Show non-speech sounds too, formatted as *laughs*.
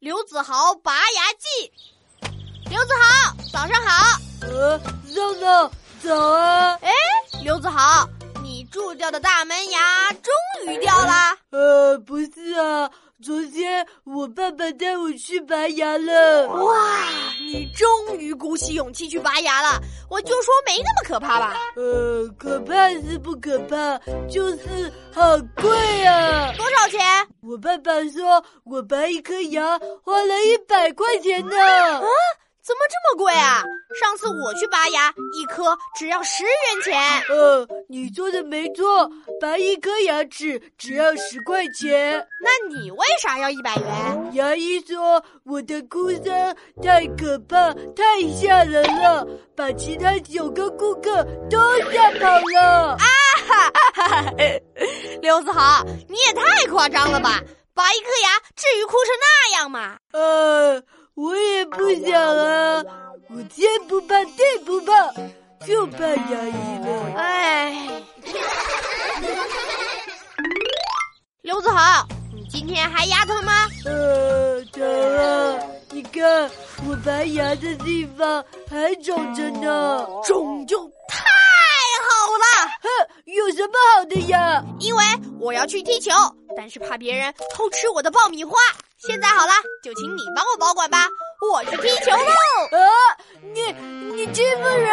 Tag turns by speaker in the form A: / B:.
A: 刘子豪拔牙记。刘子豪，早上好。
B: 呃，肉肉，早啊！
A: 哎，刘子豪，你蛀掉的大门牙终于掉啦。
B: 呃，不是啊，昨天我爸爸带我去拔牙了。
A: 哇，你终于鼓起勇气去拔牙了。我就说没那么可怕吧。
B: 呃，可怕是不可怕，就是好贵啊！
A: 多少钱？
B: 我爸爸说我拔一颗牙花了一百块钱呢。
A: 啊，怎么这么贵啊？上次我去拔牙，一颗只要十元钱。
B: 呃，你说的没错，拔一颗牙齿只要十块钱。
A: 那你为啥要一百元？
B: 牙医说我的哭声太可怕、太吓人了，把其他九个顾客都吓跑了。
A: 哈哈哈哈！刘子豪，你也太夸张了吧！拔一颗牙，至于哭成那样吗？
B: 呃，我也不想啊，我天不怕地不怕，就怕牙医了。
A: 哎， *laughs* 刘子豪，你今天还牙疼吗？
B: 呃，疼啊！你看我拔牙的地方还肿着呢。
A: 肿就太好了，
B: 哼，有什么好的呀？
A: 因为我要去踢球，但是怕别人偷吃我的爆米花。现在好了，就请你帮我保管吧，我去
B: 呃
A: 踢球喽。
B: 啊，你你欺负人！